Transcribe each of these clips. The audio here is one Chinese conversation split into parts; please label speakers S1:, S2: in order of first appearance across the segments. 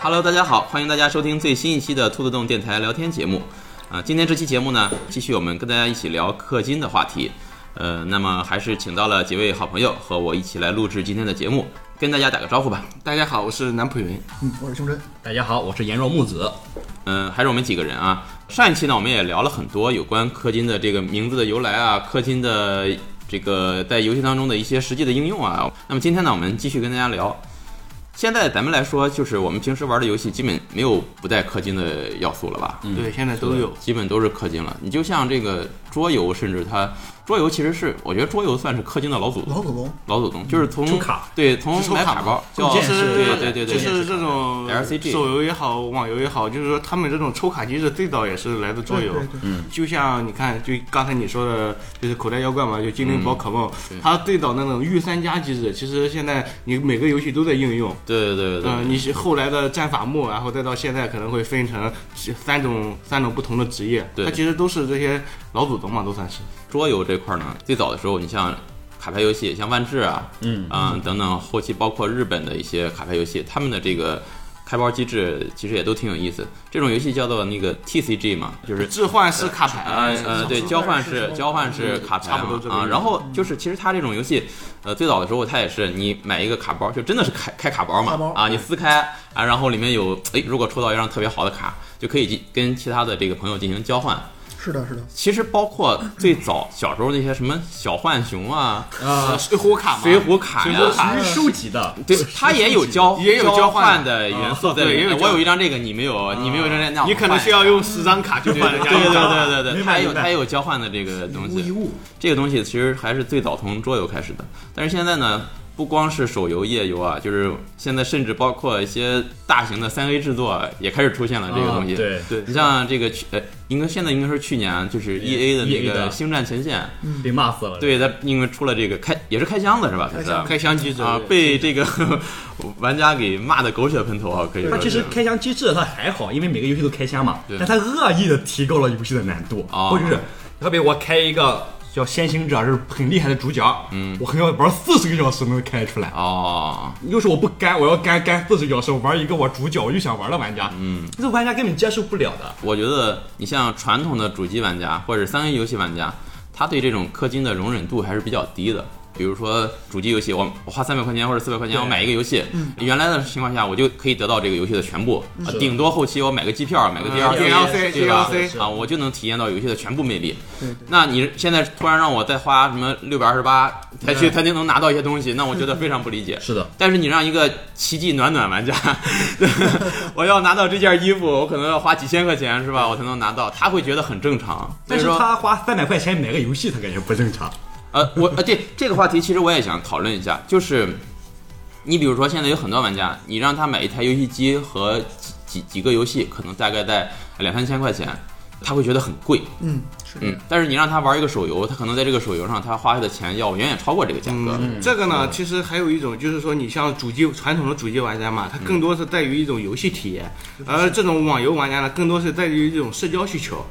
S1: Hello，大家好，欢迎大家收听最新一期的兔子洞电台聊天节目。啊，今天这期节目呢，继续我们跟大家一起聊氪金的话题。呃，那么还是请到了几位好朋友和我一起来录制今天的节目，跟大家打个招呼吧。
S2: 大家好，我是南浦云。
S3: 嗯，我是胸针。
S4: 大家好，我是颜若木子。
S1: 嗯、还是我们几个人啊。上一期呢，我们也聊了很多有关氪金的这个名字的由来啊，氪金的这个在游戏当中的一些实际的应用啊。那么今天呢，我们继续跟大家聊。现在咱们来说，就是我们平时玩的游戏，基本没有不带氪金的要素了吧？嗯，
S2: 对，现在都有。
S1: 基本都是氪金了。你就像这个桌游，甚至它桌游其实是，我觉得桌游算是氪金的老祖宗
S3: 老祖宗，
S1: 老祖宗，就是从
S4: 出卡
S1: 对，从
S2: 是出
S1: 买
S2: 卡
S1: 卡
S2: 吗
S1: 包，叫
S2: 哦就
S3: 键
S2: 是
S1: 对对对对，
S2: 就是这种
S1: LCG
S2: 手游也好，网游也好，就是说他们这种抽卡机制最早也是来自桌游
S3: 对。对对
S2: 就像你看，就刚才你说的，就是口袋妖怪嘛，就精灵宝可梦
S1: 对，
S2: 它最早那种御三家机制，其实现在你每个游戏都在应用。
S1: 对对对对
S2: 嗯，你是后来的战法木，然后再到现在可能会分成三种三种不同的职业，
S1: 对
S2: 它其实都是这些老祖宗嘛，都算是。
S1: 桌游这块呢，最早的时候，你像卡牌游戏，像万智啊，
S4: 嗯
S1: 啊等等，后期包括日本的一些卡牌游戏，他们的这个开包机制其实也都挺有意思。这种游戏叫做那个 TCG 嘛，就是。
S2: 置换式卡牌，
S1: 呃呃，对，
S3: 嗯
S1: 交换式交换式卡牌
S2: 嗯差不多
S1: 嘛
S2: 这个意
S1: 啊，
S2: 思嗯
S1: 然后就是其实它这种游戏，呃，最早的时候它也是你买一个卡包，就真的是开开卡包嘛
S3: 卡包
S1: 啊，你撕开啊，然后里面有哎，如果抽到一张特别好的卡，就可以进跟其他的这个朋友进行交换。
S3: 是的，是的，
S1: 其实包括最早小时候那些什么小浣熊啊、
S4: 啊，
S2: 水浒卡嘛，
S1: 水浒卡
S2: 水
S1: 呀、
S2: 浒卡
S4: 是收集的，
S1: 对，它也有交
S2: 也有
S1: 交
S2: 交换啊
S1: 换的元素在里
S2: 对也有
S1: 面。
S2: 交啊
S1: 我有一张这个，你没有，你没有一张这个，那我
S2: 你可能
S1: 换一
S2: 需要
S1: 下。
S2: 用十张卡去
S1: 对对
S2: 换人
S1: 对
S2: 家。
S1: 对对对，
S4: 明
S1: 它
S4: 白
S1: 也有
S4: 明白
S1: 它也有交换的这个东
S3: 一
S1: 西。
S3: 物
S1: 这个东西其实还是最早从桌游开始的，但是现在呢，不光是手游、页游啊，就是现在甚至包括一些大型的三 A 制作啊也开始出现了这个东西。
S4: 啊对
S2: 对
S1: 你像这个去，呃，应该现在应该是去年，就是 E A 的那
S4: EA
S1: 个
S4: 的
S1: 《星战前线》，
S4: 被骂死了。，
S1: 对，它因为出了这个开也是开箱子是吧？
S3: 开箱
S1: 开
S2: 开箱机制
S1: 啊，被这个 玩家给骂的狗血喷头啊，可以
S4: 它
S1: 说
S4: 其实
S1: 是。
S4: 开箱机制它还好，因为每个游戏都开箱嘛
S1: 对，
S4: 但它恶意的提高了游戏的难度，
S1: 哦
S4: 或者是特别我开一个叫先行者，是很厉害的主角，嗯，我可能要玩四十个小时能开出来。
S1: 哦，
S4: 又是我不干，我要干干四十个小时，我玩一个我主角我就想玩的玩家，嗯，这玩家根本接受不了的。
S1: 我觉得你像传统的主机玩家或者三 A 游戏玩家，他对这种氪金的容忍度还是比较低的。比如说主机游戏，我我花三百块钱或者四百块钱，
S4: 对
S1: 我买一个游戏，原来的情况下我就可以得到这个游戏的全部，啊
S4: 是的
S1: 顶多后期我买个机票，买个
S2: 嗯
S1: DLC，
S2: DLC
S1: 对吧？
S2: DLC
S1: 啊，我就能体验到游戏的全部魅力。
S3: 对对，
S1: 那你现在突然让我再花什么六百二十八才去
S4: 嗯
S1: 才能拿到一些东西，那我觉得非常不理解。
S4: 是的，
S1: 但是你让一个奇迹暖暖玩家， 我要拿到这件衣服，我可能要花几千块钱是吧？我才能拿到，他会觉得很正常。
S4: 但是
S1: 所以说，
S4: 他花三百块钱买个游戏，他感觉不正常。
S1: 呃，我呃对这个话题，其实我也想讨论一下，就是你比如说现在有很多玩家，你让他买一台游戏机和几几几个游戏，可能大概在两三千块钱，他会觉得很贵。
S3: 嗯，是的
S1: 嗯，但是你让他玩一个手游，他可能在这个手游上他花的钱要远远超过这个价格。
S2: 嗯，这个呢，其实还有一种就是说，你像主机传统的主机玩家嘛，它更多是在于一种游戏体验，而这种网游玩家呢，更多是在于一种社交需求。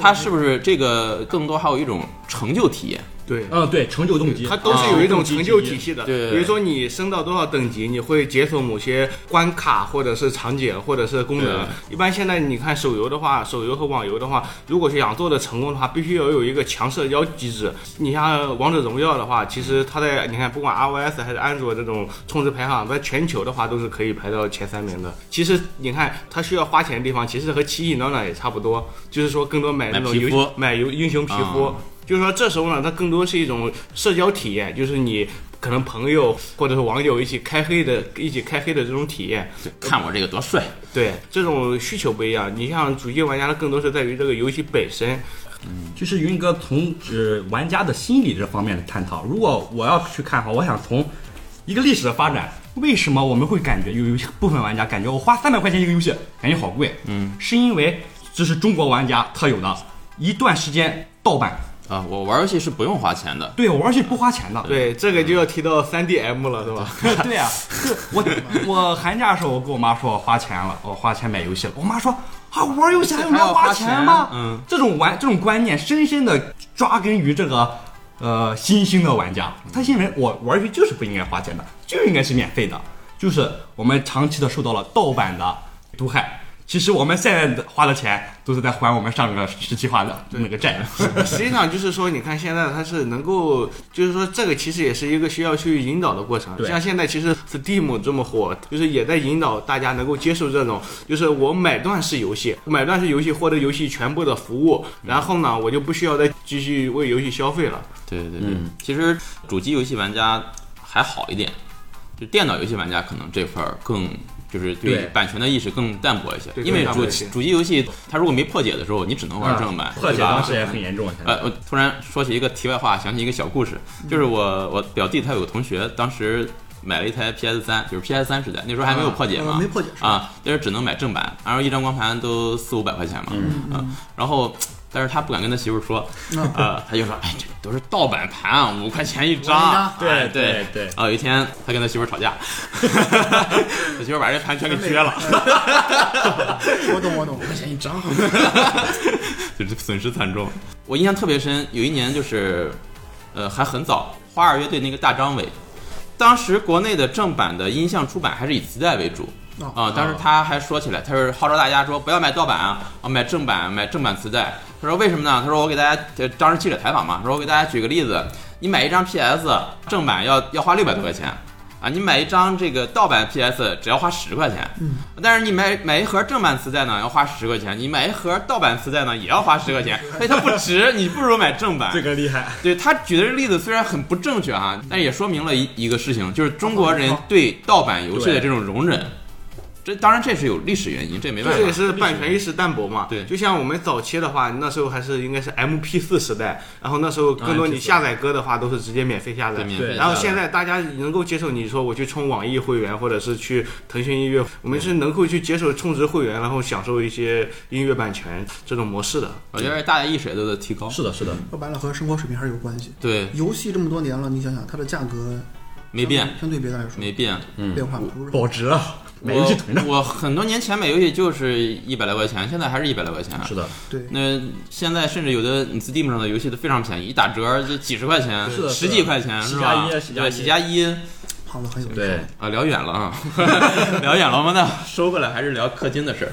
S1: 他是不是这个更多还有一种成就体验？
S2: 对，
S4: 嗯，对，成就动机，
S2: 它都是有一种成就体系的。
S1: 啊对
S2: 比如说你升到多少等级，你会解锁某些关卡，或者是场景，或者是功能。一般现在你看手游的话，手游和网游的话，如果是想做的成功的话，必须要有一个强社交机制。你像王者荣耀的话，其实它在你看不管 iOS 还是安卓这种充值排行，在全球的话都是可以排到前三名的。其实你看它需要花钱的地方，其实和奇异暖暖也差不多，就是说更多买那种
S1: 买皮
S2: 游
S1: 肤
S2: 买游英雄皮肤。
S1: 啊
S2: 就是说，这时候呢，它更多是一种社交体验，就是你可能朋友或者是网友一起开黑的，一起开黑的这种体验。
S1: 看我这个多帅！啊
S2: 对，这种需求不一样。你像主机玩家，它更多是在于这个游戏本身。
S4: 就是云哥从呃玩家的心理这方面的探讨。如果我要去看哈，我想从一个历史的发展，为什么我们会感觉有有一部分玩家感觉我哦花三百块钱一个游戏感觉好贵？嗯，是因为这是中国玩家特有的一段时间盗版。
S1: 啊，我玩游戏是不用花钱的。
S4: 对我玩游戏不花钱的。
S2: 对，这个就要提到 3DM 了，是吧？
S4: 对啊，就我我寒假的时候，我跟我妈说我花钱了，我花钱买游戏了。我妈说啊，玩游戏还用
S1: 还要
S4: 得
S1: 花
S4: 钱吗？
S1: 钱嗯，
S4: 这种玩这种观念深深的扎根于这个呃新兴的玩家，他认为我玩游戏就是不应该花钱的，就应该是免费的。就是我们长期的受到了盗版的毒害。其实我们现在的花的钱都是在还我们上个时期花的那个债。
S2: 实际上就是说，你看现在它是能够，就是说这个其实也是一个需要去引导的过程。
S4: 对
S2: 像现在其实 Steam 这么火，就是也在引导大家能够接受这种，就是我买断式游戏，买断式游戏获得游戏全部的服务，然后呢，我就不需要再继续为游戏消费了。
S1: 对对对，嗯其实主机游戏玩家还好一点，就电脑游戏玩家可能这块儿更就是对
S4: 对
S1: 版权的意识更淡薄一些，
S2: 对
S1: 因为
S2: 更淡
S1: 主
S2: 薄一些
S1: 主机游戏它如果没破解的时候，你只能玩正版，
S4: 啊破解
S1: 对吧
S4: 当时也很严重。现在
S1: 呃，我突然说起一个题外话，想起一个小故事，
S3: 嗯
S1: 就是我我表弟他有个同学，当时买了一台 PS 三，就是 PS 三时代，那时候还没有破解嘛，
S3: 啊没破解是吧
S1: 啊，但是只能买正版，然后一张光盘都四五百块钱嘛，啊，然后但是他不敢跟他媳妇说，
S3: 嗯
S1: 啊，他就说，哎，这都是盗版盘，五块钱一
S3: 五块
S1: 张
S3: 钱，
S4: 一张
S1: 哎
S4: 对
S1: 对
S4: 对对
S1: 啊，有一天他跟他媳妇吵架， 他媳妇把这盘全给撅
S3: 嗯
S1: 了。
S3: 我懂我懂， 我先一张。
S1: 就是损失惨重。我印象特别深，有一年就是，呃，还很早，花儿乐队那个大张伟，当时国内的正版的音像出版还是以磁带为主。
S3: 哦
S1: 啊、当时他还说起来，他是号召大家说不要买盗版啊，啊买正版，买正版磁带。他说为什么呢？他说我给大家，呃当时记者采访嘛，说我给大家举个例子，你买一张 PS 正版要要花六百多块钱，啊，你买一张这个盗版 PS 只要花十块钱，
S3: 嗯，
S1: 但是你买买一盒正版磁带呢要花十块钱，你买一盒盗版磁带呢也要花十块钱，所以它不值，你不如买正版。
S4: 个厉害，
S1: 对他举的这例子虽然很不正确啊，但也说明了一一个事情，就是中国人对盗版游戏的这种容忍。这当然这是有历史原因，这没办
S2: 这也
S1: 法。
S2: 是版权意识淡薄嘛。
S1: 对
S2: 就像我们早期的话，那时候还是应该是 MP 4时代，然后那时候更多
S1: 啊
S4: MP4
S2: 你下载歌的话都是直接免费下
S1: 对
S2: 载
S1: 免费下载
S2: 然后现在大家能够接受你说我去充网易会员或者是去腾讯音乐，我们是能够去接受充值会员，然后享受一些音乐版权这种模式的。
S1: 我觉得大家意识也都在提高。
S4: 是的，是的，
S3: 说白了和生活水平还是有关系。
S1: 对，
S3: 游戏这么多年了，你想想它的价格
S1: 没变，，
S3: 相对别的来说
S1: 没嗯变。
S3: 变化不是。
S4: 保值了，买游
S1: 我
S4: 戏囤着。
S1: 我很多年前买游戏就是一百来块钱，现在还是一百来块钱。啊
S4: 是的，
S3: 对，
S1: 那现在甚至有的你 Steam 上的游戏都非常便宜，一打折就几十块钱，
S4: 是的
S1: 十几块钱
S4: 是
S1: 是
S4: 的
S1: 吧？
S4: 喜加一
S1: 对，喜加一
S3: 好了很有意思。
S4: 对，
S1: 啊，聊远了啊， 聊远了我们呢，收回来还是聊氪金的事儿。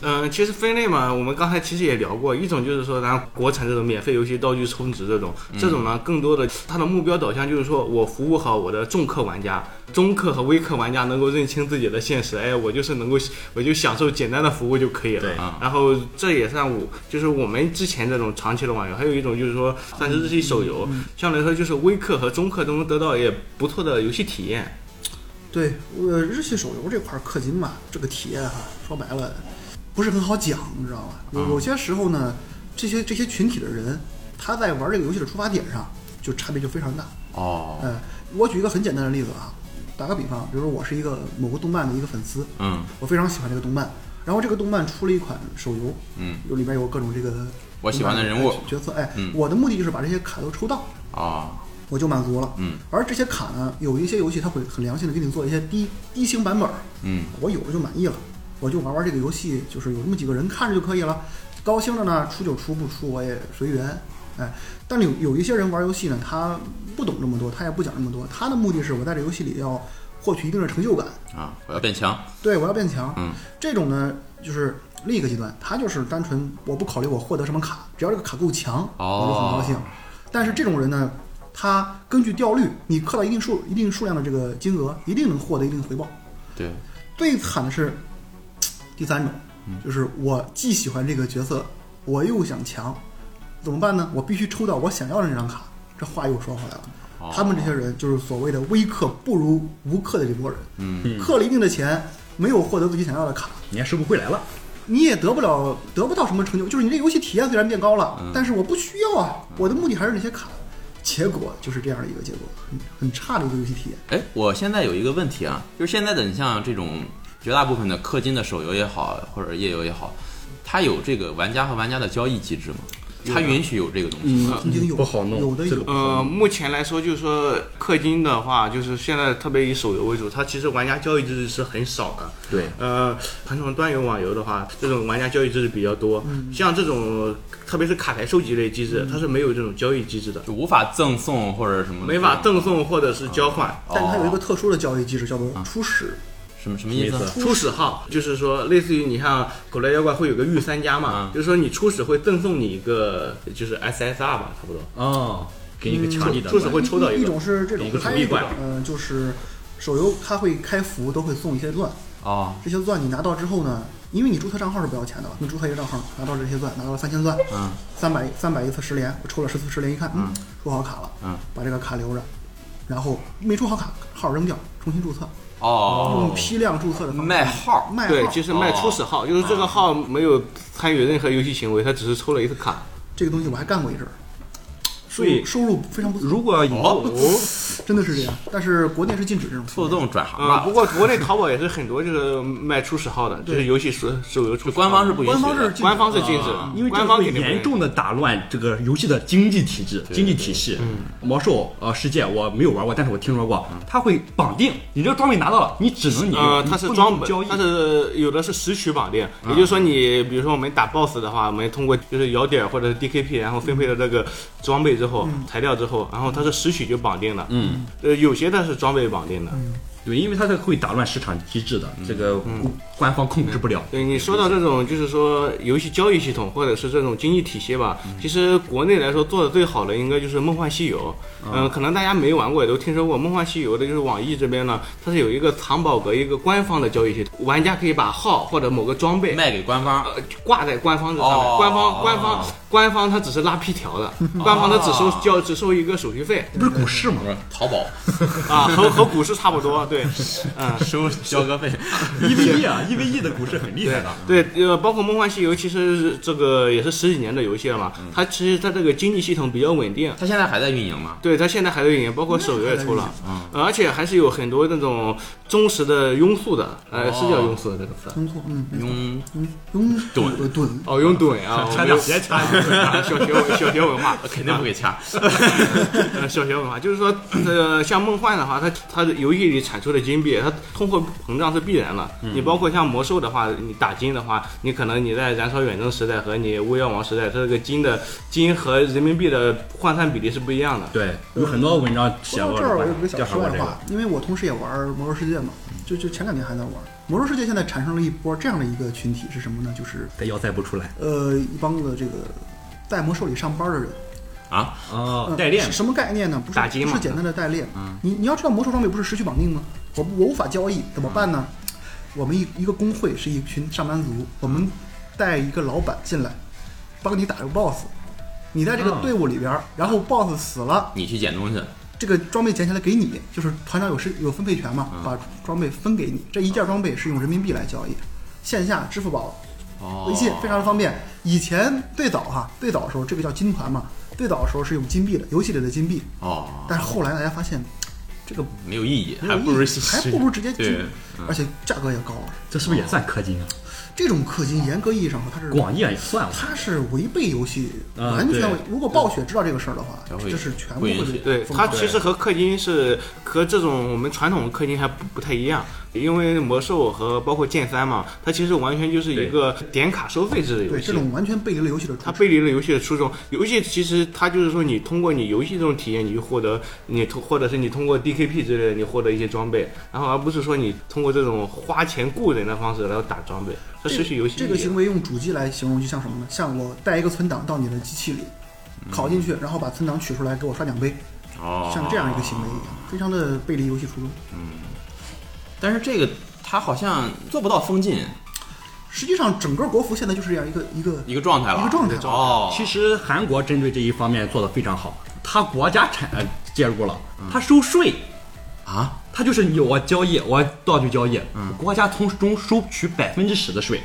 S2: 嗯，其实分类嘛，我们刚才其实也聊过，一种就是说，咱国产这种免费游戏道具充值这种，这种呢，更多的它的目标导向就是说我服务好我的重氪玩家，中氪和微氪玩家能够认清自己的现实，哎，我就是能够，我就享受简单的服务就可以了。
S4: 对
S1: 啊
S2: 然后这也算我，就是我们之前这种长期的网游，还有一种就是说算是日系手游，相对来说就是微氪和中氪都能得到也不错的游戏体验。
S3: 对，呃，日系手游这块儿氪金吧，这个体验哈、啊说白了不是很好讲，你知道吧？有
S1: 啊
S3: 有些时候呢，这些这些群体的人，他在玩这个游戏的出发点上，就差别就非常大。
S1: 哦，
S3: 呃，我举一个很简单的例子啊，打个比方，比如说我是一个某个动漫的一个粉丝，
S1: 嗯，
S3: 我非常喜欢这个动漫，然后这个动漫出了一款手游，
S1: 嗯，
S3: 有里面有各种这个
S1: 我喜欢的人物
S3: 角色，哎，
S1: 嗯
S3: 我的目的就是把这些卡都抽到，
S1: 哦，
S3: 我就满足了。
S1: 嗯，
S3: 而这些卡呢，有一些游戏它会很良心的给你做一些低低星版本儿，
S1: 嗯，
S3: 我有了就满意了，我就玩玩这个游戏，就是有那么几个人看着就可以了。高兴的呢出就出，不出我也随缘。哎，但有有一些人玩游戏呢，他不懂这么多，他也不讲这么多，他的目的是我在这游戏里要获取一定的成就感，
S1: 啊，我要变强，
S3: 对我要变强。
S1: 嗯，
S3: 这种呢就是另一个极端，他就是单纯我不考虑我获得什么卡，只要这个卡够强，我就很高兴。但是这种人呢，他根据掉率，你氪到一定数一定数量的这个金额，一定能获得一定回报。
S1: 对，
S3: 最惨的是第三种，就是我既喜欢这个角色，我又想强，怎么办呢？我必须抽到我想要的那张卡。这话又说回来了，
S1: 哦
S3: 他们这些人就是所谓的微氪不如无氪的这波人，嗯，氪了一定的钱，没有获得自己想要的卡，
S4: 你还收不回来了。
S3: 你也得不了得不到什么成就，就是你这游戏体验虽然变高了，但是我不需要啊，我的目的还是那些卡，结果就是这样的一个结果，很很差的一个游戏体验。
S1: 哎，我现在有一个问题啊，就是现在的你像这种绝大部分的氪金的手游也好，或者页游也好，它有这个玩家和玩家的交易机制吗？它允许有这个东西。
S4: 嗯
S1: 啊
S3: 曾经有
S4: 不好弄
S3: 有的
S4: 这
S3: 有
S4: 个
S2: 呃，目前来说，就是说氪金的话，就是现在特别以手游为主，它其实玩家交易机制是很少的。
S1: 对，
S2: 呃，传统端游网游的话，这种玩家交易机制比较多。像这种，特别是卡牌收集类机制，它是没有这种交易机制的，
S1: 就无法赠送或者什么的，
S2: 没法赠送或者是交换。
S1: 哦。
S3: 但它有一个特殊的交易机制，叫做初始。
S1: 什么什么意
S4: 没
S1: 思？
S2: 初始号就是说，类似于你像口袋妖怪会有个御三家嘛
S1: 嗯，
S2: 就是说你初始会赠送你一个就是 SSR 吧，差不多。
S4: 哦，给你一个强力的
S2: 初始会抽到
S3: 一
S2: 一个
S3: 种是这种
S2: 一个，
S3: 还有
S2: 主力
S3: 一种
S2: 怪
S3: 嗯，就是手游它会开服都会送一些钻，
S1: 哦，
S3: 这些钻你拿到之后呢，因为你注册账号是不要钱的了，你注册一个账号拿到这些钻，拿到了三千钻，
S1: 嗯，
S3: 三百三百一次十连，我抽了十次十连，一看，嗯，抽好卡了，
S1: 嗯，
S3: 把这个卡留着，然后没抽好卡号扔掉，重新注册，
S1: 哦
S3: 用，批量注册的方式
S1: 卖号
S3: 卖号，
S2: 对，哦就是卖初始号，就是这个号没有参与任何游戏行为，它只是抽了一个卡。
S3: 这个东西我还干过一阵儿，收
S4: 所以
S3: 收入非常不错，
S4: 如果以后
S2: 哦
S3: 真的是这样，但是国内是禁止这种
S1: 错动转行
S2: 啊、
S1: 吧
S2: 不。过国内淘宝也是很多就是卖初始号的，就是游戏手手游初始号
S1: 官方是不允
S3: 官
S1: 许
S3: 方是
S1: 的，
S3: 禁止
S2: 官方是禁止的，
S4: 啊因为这
S2: 官
S4: 个
S2: 方
S4: 会
S2: 肯定不
S4: 严
S2: 允许
S4: 重的打乱这个游戏的经济体制、经济体系。魔兽呃世界我没有玩过，但是我听说过，它会绑定你这个装备拿到了，你只能你
S2: 呃，
S4: 用，
S2: 它是
S4: 不能啊
S2: 装本
S4: 交易，，
S2: 它是有的是实取绑定，也就是说你比如说我们打 BOSS 的话，我们通过就是摇点或者是 DKP，然后分配了这个装备之后、
S4: 嗯
S2: 材料之后，然后它是实取就绑定的，嗯，呃，有些它是装备绑定的。
S4: 对，因为它是会打乱市场机制的，这
S2: 嗯
S4: 个官方控制不 了。
S2: 对你说到这种，就是说游戏交易系统或者是这种经济体系吧，其实国内来说做的最好的应该就是《梦幻西游》。嗯，可能大家没玩过也都听说过，《梦幻西游》的就是网易这边呢，它是有一个藏宝阁一个官方的交易系统，玩家可以把号或者某个装备。
S1: 卖给官方。
S2: 呃，挂在官方这上面，
S1: 哦哦
S2: 官方官方官方它只是拉皮条 的，官方它只收交只收一个手续费
S4: 不是股市吗？
S1: 淘宝
S2: 啊，和和股市差不多，对，嗯，
S1: 收交割费，
S4: 一 v 一啊，一 v 一的股市很厉害的。
S2: 对，呃，包括《梦幻西游》，其实是这个也是十几年的游戏了嘛，它其实它这个经济系统比较稳定。
S1: 他现在还在运营吗？
S2: 对，它现在还在运营，包括手游也出了，呃而且还是有很多那种忠实的拥簇的，呃，是叫拥簇的这个词，
S3: 工作，嗯，
S1: 用
S3: 嗯，拥
S1: 趸
S3: 呃趸
S2: 哦，拥趸啊，我
S4: 穿
S2: 们有
S4: 哪鞋穿
S2: 啊 小学文小学文化，
S1: 肯定不给掐。
S2: 呃， 小学文化就是说， 呃，像梦幻的话，它它的游戏里产出的金币，它通货膨胀是必然了。你包括像魔兽的话，你打金的话，你可能你在燃烧远征时代和你巫妖王时代，它这个金的金和人民币的换算比例是不一样的。
S4: 对，有很多文章写
S3: 说
S4: 过
S3: 到这儿，我有一个
S4: 调
S3: 小题
S4: 查过
S3: 外
S4: 这个
S3: 话。，因为我同时也玩《魔兽世界》嘛，就就前两年还在玩《魔兽世界》，现在产生了一波这样的一个群体是什么呢？就是
S4: 但要塞不出来
S3: 呃一帮子这个在魔兽里上班的人，
S4: 哦
S1: 啊
S3: 嗯，
S4: 代练
S3: 是什么概念呢？不是
S2: 打击嘛
S3: 不是简单的代练，你你要知道魔兽装备不是失去绑定吗？我不我无法交易，怎么办呢？我们一一个工会是一群上班族，我们带一个老板进来，帮你打个 boss，你在这个
S4: 嗯
S3: 队伍里边儿，然后 boss 死了。
S1: 你去捡东西，
S3: 这个装备捡起来给你，就是团长有是有分配权嘛，把装备分给你。这一件装备是用人民币来交易，线下支付宝、
S1: 哦
S3: 微信非常方便。以前最早哈，最早的时候这个叫金团嘛，最早的时候是用金币的，游戏里的金币。
S1: 哦，
S3: 但是后来大家发现这个
S1: 没有意义，
S3: 没
S1: 还
S3: 有意义
S1: 不如去
S3: 还不如直接
S1: 对
S3: 金，，而且价格也高。
S4: 这是不是也算氪金啊？
S3: 这种氪金严格意义上说它是
S4: 广义啊也算了。
S3: 它是违背游戏，
S4: 啊
S3: 完全
S4: 对
S3: 违。如果暴雪知道这个事儿的话
S1: 它，会
S3: 这是全
S1: 不
S3: 部会
S1: 允许
S3: 被
S2: 对
S3: 封
S2: 它
S3: 杀
S2: 其实和氪金是和这种我们传统氪金还不不太一样，因为魔兽和包括剑三嘛，它其实完全就是一个点卡收费制的游戏。
S3: 对这种完全背离了游戏的初
S2: 它
S3: 衷。
S2: 背离了游戏的初衷。游戏其实它就是说，你通过你游戏这种体验，你就获得你通，或者是你通过 DKP 之类的，你获得一些装备，然后而不是说你通过这种花钱雇人的方式来打装备，它失去游戏
S3: 这
S2: 意义
S3: 个
S2: 了
S3: 行为用主机来形容，就像什么呢？像我带一个存档到你的机器里，
S2: 嗯
S3: 拷进去，然后把存档取出来给我刷奖杯，
S1: 哦，
S3: 像这样一个行为一样，非常的背离游戏初衷。
S1: 但是这个他好像做不到封禁
S3: 实际上，整个国服现在就是这样一个一个
S1: 一个状态了，
S3: 一个状态
S1: 哦，
S4: 其实韩国针对这一方面做得非常好，它国家产呃介入了，它收税，
S1: 啊，
S4: 它就是你我交易，我道具交易，国家从中收取百分之十的税。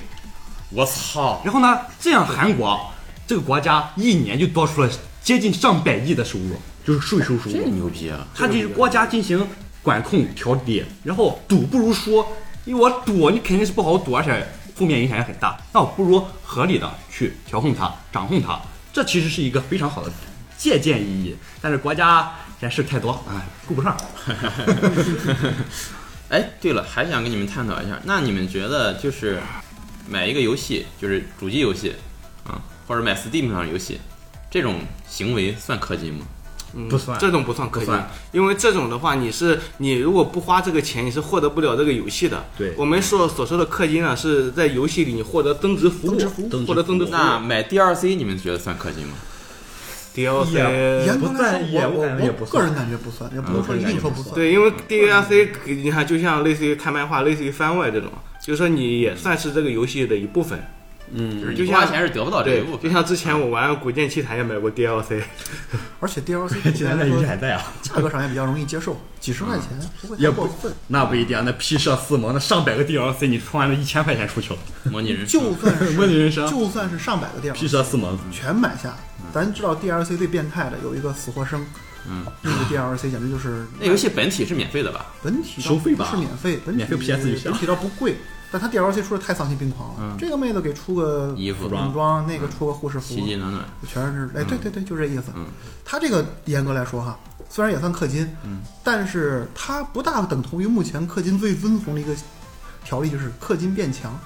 S1: 我操，
S4: 然后呢，这样韩国这个国家一年就多出了接近上百亿的收入，就是税收收
S1: 这个
S4: 入。
S1: 牛逼啊！
S4: 它对国家进行管控调理，然后赌不如说，因为我赌你肯定是不好赌，而且负面影响也很大。那我不如合理的去调控它、掌控它，这其实是一个非常好的借鉴意义。但是国家现在事太多啊，顾不上。
S1: 哎，对了，还想跟你们探讨一下，那你们觉得就是买一个游戏，就是主机游戏啊，或者买 Steam 上的游戏，这种行为算氪金吗？
S2: 嗯
S4: 不算
S2: 这种不算氪
S4: 不
S2: 金
S4: 算，
S2: 因为这种的话，你是你如果不花这个钱，你是获得不了这个游戏的。
S4: 对
S2: 我们所所说的氪金啊，是在游戏里你获得增值服务
S3: 增值服务，
S2: 获得增值服务。啊
S1: 那买 DLC 你们觉得算氪金吗？
S2: DLC
S3: 严
S4: 不
S3: 格来
S4: 算
S3: 说，
S4: 也
S3: 我
S4: 我也
S3: 我
S4: 不
S3: 我
S4: 算
S3: 个人感觉不算，也不
S1: 嗯
S3: 能说
S1: 我
S3: 一
S1: 个人
S3: 定说
S4: 感觉不
S3: 算。
S2: 对，因为 DLC 你看就像类似于看漫画，类似于番外这种，就是说你也算是这个游戏的一部分。
S1: 就是
S2: 嗯
S1: 你
S2: 就
S1: 不花
S2: 像
S1: 钱是得不到这一
S2: 对
S1: 部，
S2: 就
S1: 分。
S2: 像之前我玩《古剑奇谭》也买过 DLC，
S3: 而且 DLC
S4: 现
S3: 简
S4: 在
S3: 单
S4: 那
S3: 来
S4: 游
S3: 说
S4: 戏还在啊？
S3: 价格上也比较容易接受，几十块钱不会
S4: 也
S3: 太
S4: 不
S3: 过分。
S4: 那不一定啊，那 P 社四盟那上百个 DLC，你充完了一千块钱出去了。
S1: 模拟人生
S3: 就算是
S4: 问你人生
S3: 就算是上百个
S4: P
S3: DLC
S4: 社四盟，
S3: 全买下，
S2: 嗯
S3: 咱知道 DLC 最变态的有一个死活生，
S1: 嗯，
S3: 那个 DLC 简直就是
S1: 那游戏本体是免费的吧？
S3: 本体倒
S4: 收费吧
S3: 不是免费，本体
S4: 免费 PS 就行
S3: 本体倒不贵，但它 DLC 出的太丧心病狂了。
S1: 嗯
S3: 这个妹子给出个
S1: 衣服
S3: 泳装，那个出个护士服
S1: 袭，击暖暖，
S3: 全是哎，对对对，就这意思
S1: 嗯。
S3: 它这个严格来说哈，虽然也算氪金，但是它不大等同于目前氪金最遵从的一个条例，就是氪金变强。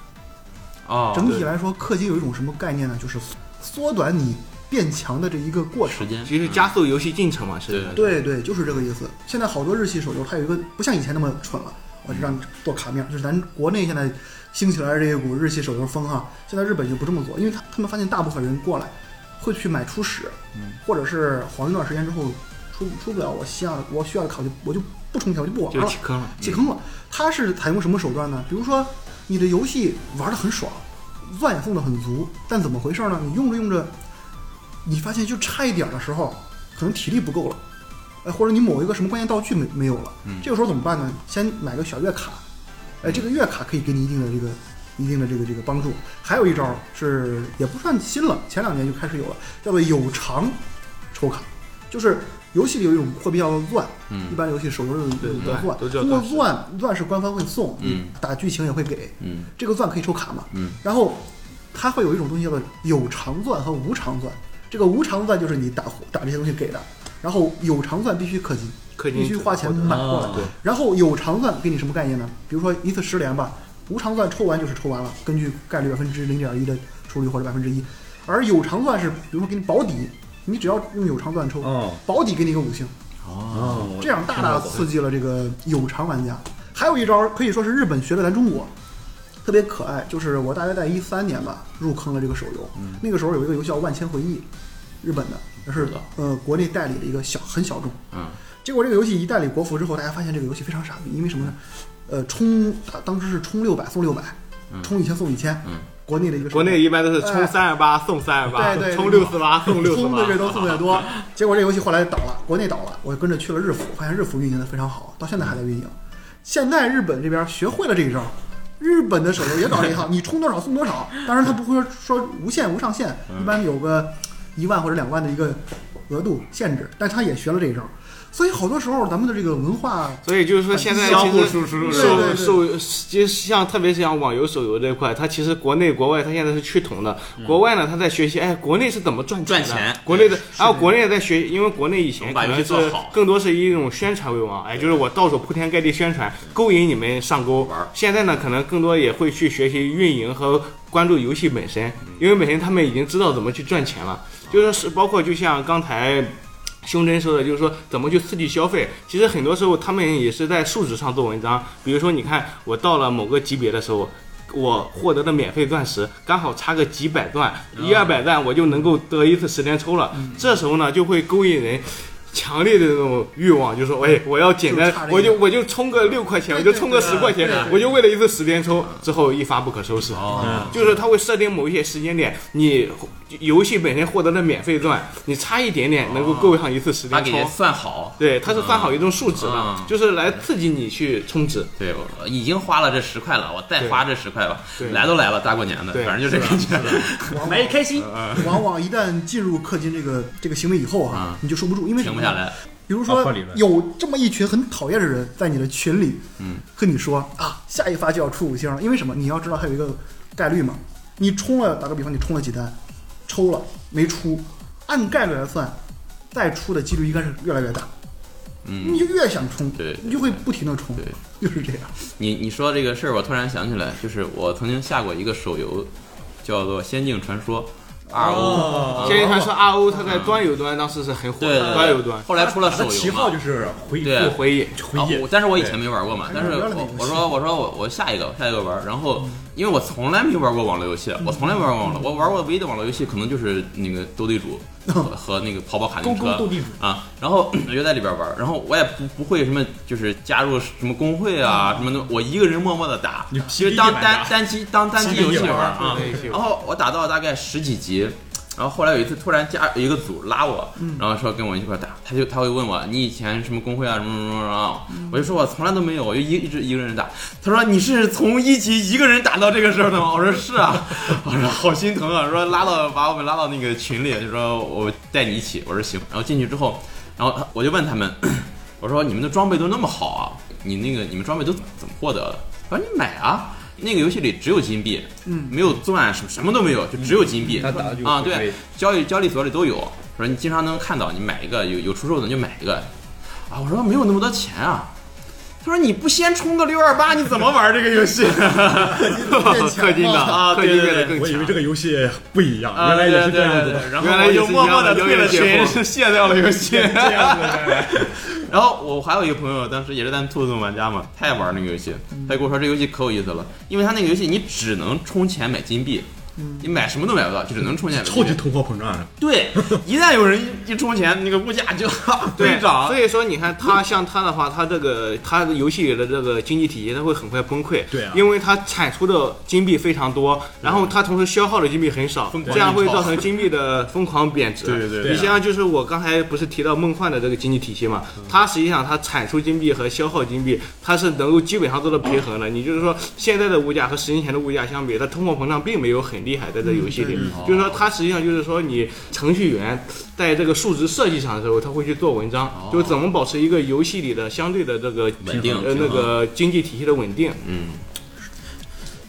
S1: 哦，
S3: 整体来说，氪金有一种什么概念呢？就是缩短你变强的这一个过程
S1: 时。间
S2: 其实加速游戏进程嘛，是的。
S3: 对对，就是这个意思。现在好多日系手游，它有一个不像以前那么蠢了，我就让你做卡面，就是咱国内现在兴起来的这一股日系手游风啊，现在日本就不这么做，因为他他们发现大部分人过来会去买初始，或者是黄一段时间之后出出不了我需要的我需要的卡，我就我就不充钱，我就不玩
S2: 就
S3: 了
S2: 弃，坑了。
S3: 啊
S2: 嗯
S3: 弃坑了。他是采用什么手段呢？比如说你的游戏玩的很爽，钻也送的很足，但怎么回事呢？你用着用着，你发现就差一点儿的时候，可能体力不够了，哎，或者你某一个什么关键道具没没有了，
S2: 嗯
S3: 这个时候怎么办呢？先买个小月卡，哎，这个月卡可以给你一定的这个。一定的这个这个帮助，还有一招是也不算新了，前两年就开始有了，叫做有偿抽卡，就是游戏里有一种货币叫做钻，
S1: 嗯
S3: 一般游戏手游有一种
S2: 对
S3: 叫
S2: 钻
S3: 钻，
S2: 都叫钻
S3: 通过
S2: 石
S3: 钻钻是官方会送，
S1: 嗯，
S3: 打剧情也会给，
S1: 嗯
S3: 这个钻可以抽卡嘛，
S1: 嗯，
S3: 然后它会有一种东西叫做有偿钻和无偿钻，这个无偿钻就是你打打这些东西给的，然后有偿钻必须氪金，
S2: 氪金啊
S3: 必须花钱买过来，
S4: 哦
S2: 对
S3: 然后有偿钻给你什么概念呢？比如说一次十连吧，无偿钻抽完就是抽完了，根据概率百分之零点一的出率或者百分之一，而有偿钻是比如说给你保底，你只要用有偿钻抽，
S4: 哦
S3: 保底给你个五星。
S4: 哦
S3: 这样大大
S4: 刺
S3: 刺激了这个有偿玩家。还有一招可以说是日本学的咱中国，特别可爱，就是我大约在一三年吧入坑了这个手游，那个时候有一个游戏叫《万千回忆》，日本的，也是呃国内代理的一个小很小众。
S1: 嗯，
S3: 结果这个游戏一代理国服之后，大家发现这个游戏非常傻逼，因为什么呢？呃，充当当时是充六百送六百，充一千送一千。
S1: 嗯，
S3: 国内的一个手
S2: 国
S3: 游
S2: 内一般都是充
S3: 哎
S2: 三二八送三二八
S3: 对对，对
S2: 充六四八送六四
S3: 充的这都
S2: 八。
S3: 送的 多。结果这游戏后来倒了，国内倒了，我就跟着去了日服，发现日服运营的非常好，到现在还在运营。现在日本这边学会了这一招，日本的手游也搞这一套，你充多少送多少。当然他不会说无限无上限，
S2: 嗯
S3: 一般有个一万或者两万的一个额度限制，但他也学了这一招。所以好多时候咱们的这个 文化
S2: 所以就是说，现在
S4: 相
S2: 其
S4: 互
S2: 实
S4: 输出
S3: 对对
S2: 手手，
S3: 对
S2: 其实像特别是像网游、手游这一块，它其实国内国外它现在是趋同的。国外呢，它在学习，哎，国内是怎么赚
S1: 嗯赚
S2: 的
S1: 钱
S2: 国内的，然后国内也在学，因为国内以前
S1: 能把
S2: 可
S1: 游
S2: 能
S1: 戏做
S2: 是
S1: 好
S2: 更多是以一种宣传为王，哎，就是我到处铺天盖地宣传，勾引你们上钩
S1: 玩儿。
S2: 现在呢，可能更多也会去学习运营和关注游戏本身，
S1: 嗯
S2: 因为本身他们已经知道怎么去赚钱了，就是是包括就像刚才。胸针说的，就是说怎么去刺激消费。其实很多时候他们也是在数值上做文章。比如说，你看我到了某个级别的时候，我获得的免费钻石刚好差个几百钻，
S3: 啊
S2: 一二百钻我就能够得一次十连抽了。
S3: 嗯
S2: 这时候呢，就会勾引人。强烈的那种欲望，就说，哎，我要简单
S3: 就差，这个
S2: 我就我就充个六块钱，我
S3: 对
S2: 就充个十块
S3: 对
S2: 钱
S3: 对对，对
S2: 我就为了一次十连抽，之后一发不可收拾。
S4: 嗯
S1: 哦，
S3: 啊
S2: 就是它会设定某一些时间点，你游戏本身获得的免费钻，你差一点点能够够上一次十
S1: 哦他
S2: 连
S1: 给
S2: 抽。
S1: 算好，
S2: 对，它是算好一种数值的
S1: 嗯，
S2: 就是来刺激你去充值。
S1: 对，我已经花了这十块了，我再花这十块吧
S2: 对，
S1: 来都来了，大过年的，
S2: 对
S1: 反正就这感觉。
S3: 往
S4: 买一开心，
S3: 往往一旦进入氪金这个这个行为以后哈、
S1: 嗯
S3: 你就受不住，因为什
S1: 停不
S3: 么呢
S1: 下来，
S3: 比如
S4: 爆
S3: 说
S4: 破理论
S3: 有这么一群很讨厌的人在你的群里，嗯，跟你说啊，下一发就要出五星了，因为什么？你要知道它有一个概率嘛。你充了，打个比方，你充了几单，抽了没出，按概率来算，再出的几率应该是越来越大。
S1: 嗯
S3: 你就越想冲，
S1: 对对
S3: 你就会不停的冲，
S1: 对
S3: 就是这样。
S1: 你你说这个事儿，我突然想起来，就是我曾经下过一个手游，叫做《仙境传说》R O，
S2: 现在传说 RO 它在端游端当时是很火
S1: 对
S2: 的，
S1: 哦对
S2: 端游
S1: 对
S2: 端，
S1: 后来出了
S4: 它
S1: 手
S4: 的旗
S1: 游
S4: 号
S1: 嘛
S4: 就。是回
S1: 对
S4: 复
S2: 回忆。
S4: 回
S1: 啊，
S4: 忆
S1: 我，但是我以前
S4: 对
S1: 没玩过嘛，
S3: 还
S1: 但
S3: 是
S1: 是
S3: 玩了那
S1: 我
S3: 个
S1: 我
S3: 游戏
S1: 说我说我我下一个我下一个玩，然后
S4: 嗯
S1: 因为我从来没玩过网络游戏，我从来没玩过网络，我玩过唯一的网络游戏可能就是那个斗地 主和和那个跑跑卡丁
S4: 勾勾
S1: 车
S4: 斗地主。
S1: 啊，然后 我就在里边玩，然后我也不不会什么就是加入什么工会啊什么的，我一个人默默的打，
S4: 嗯你
S1: 就
S4: PVE
S1: 是当
S4: 玩
S1: 单
S4: 家
S1: 单机当单机游戏
S4: PVE 玩
S1: 啊
S2: 对游戏，
S1: 然后我打到大概十几级。然后后来有一次突然加有一个组拉我，然后说跟我一块儿打，他就他会问我你以前什么工会啊什么什么什么啊，我就说我从来都没有，我就一一直一个人打。他说你是从一级一个人打到这个时候的吗？我说是啊， 我说好心疼啊，说拉到把我们拉到那个群里，就说我带你一起，我说行。然后进去之后，然后他我就问他们，我说你们的装备都那么好啊，你那个你们装备都怎么获得的？他说你买啊，那个游戏里只有金币，
S3: 嗯，
S1: 没有钻什么什么都没有，就只有金币。
S4: 他嗯打就
S1: 啊，
S4: 回归
S1: 对，交易交易所里都有，说你经常能看到，你买一个有有出售的你就买一个。啊，我说没有那么多钱啊。他说你不先充个六二八，你怎么玩这个游戏？
S3: 变强
S2: 氪金的
S3: 了
S1: 啊
S2: 氪
S1: 对
S2: 金
S1: 对
S2: 变得
S1: 对
S2: 更
S4: 我以为这
S2: 强。
S4: 个游戏不一样，
S1: 啊
S4: 原来也是
S1: 对
S4: 这样
S1: 对
S4: 子
S1: 对
S4: 的。
S1: 对然后
S2: 原来
S1: 我
S2: 也
S1: 就是
S2: 一
S1: 默
S2: 样
S1: 默的
S2: 的永
S1: 退
S2: 远
S1: 了
S2: 解
S1: 群，
S2: 放
S1: 卸掉了游戏。
S4: 这样子原来
S1: 然后我还有一个朋友，当时也是咱兔子洞玩家嘛，他也玩那个游戏，他就跟我说这游戏可有意思了，因为他那个游戏你只能充钱买金币，
S2: 嗯
S1: 你买什么都买不到，就只能充钱买金币。
S4: 超级通货膨胀啊！
S1: 对，一旦有人一一充钱，那个物价就 飞
S2: 对，
S1: 涨。
S2: 所以说你看他像他的话，他这个他游戏里的这个经济体系，他会很快崩溃。
S4: 对啊
S2: 因为他产出的金币非常多，然后他同时消耗的金币很少
S1: 疯，狂
S2: 这样会
S1: 印钞
S2: 造成金币的疯狂贬值。
S1: 对对对
S4: 对啊
S2: 你想想，就是我刚才不是提到梦幻的这个经济体系嘛，它实际上它产出金币和消耗金币，它是能够基本上做到平衡的。你就是说现在的物价和十年前的物价相比，它通货膨胀并没有很厉害，在这游戏里，就是说它实际上就是说你程序员在这个数值设计上的时候，他会去做文章，就怎么保持一个游戏里的相对的这个
S1: 哦稳定嗯
S2: 呃那
S1: 平衡
S2: 个经济体系的稳定。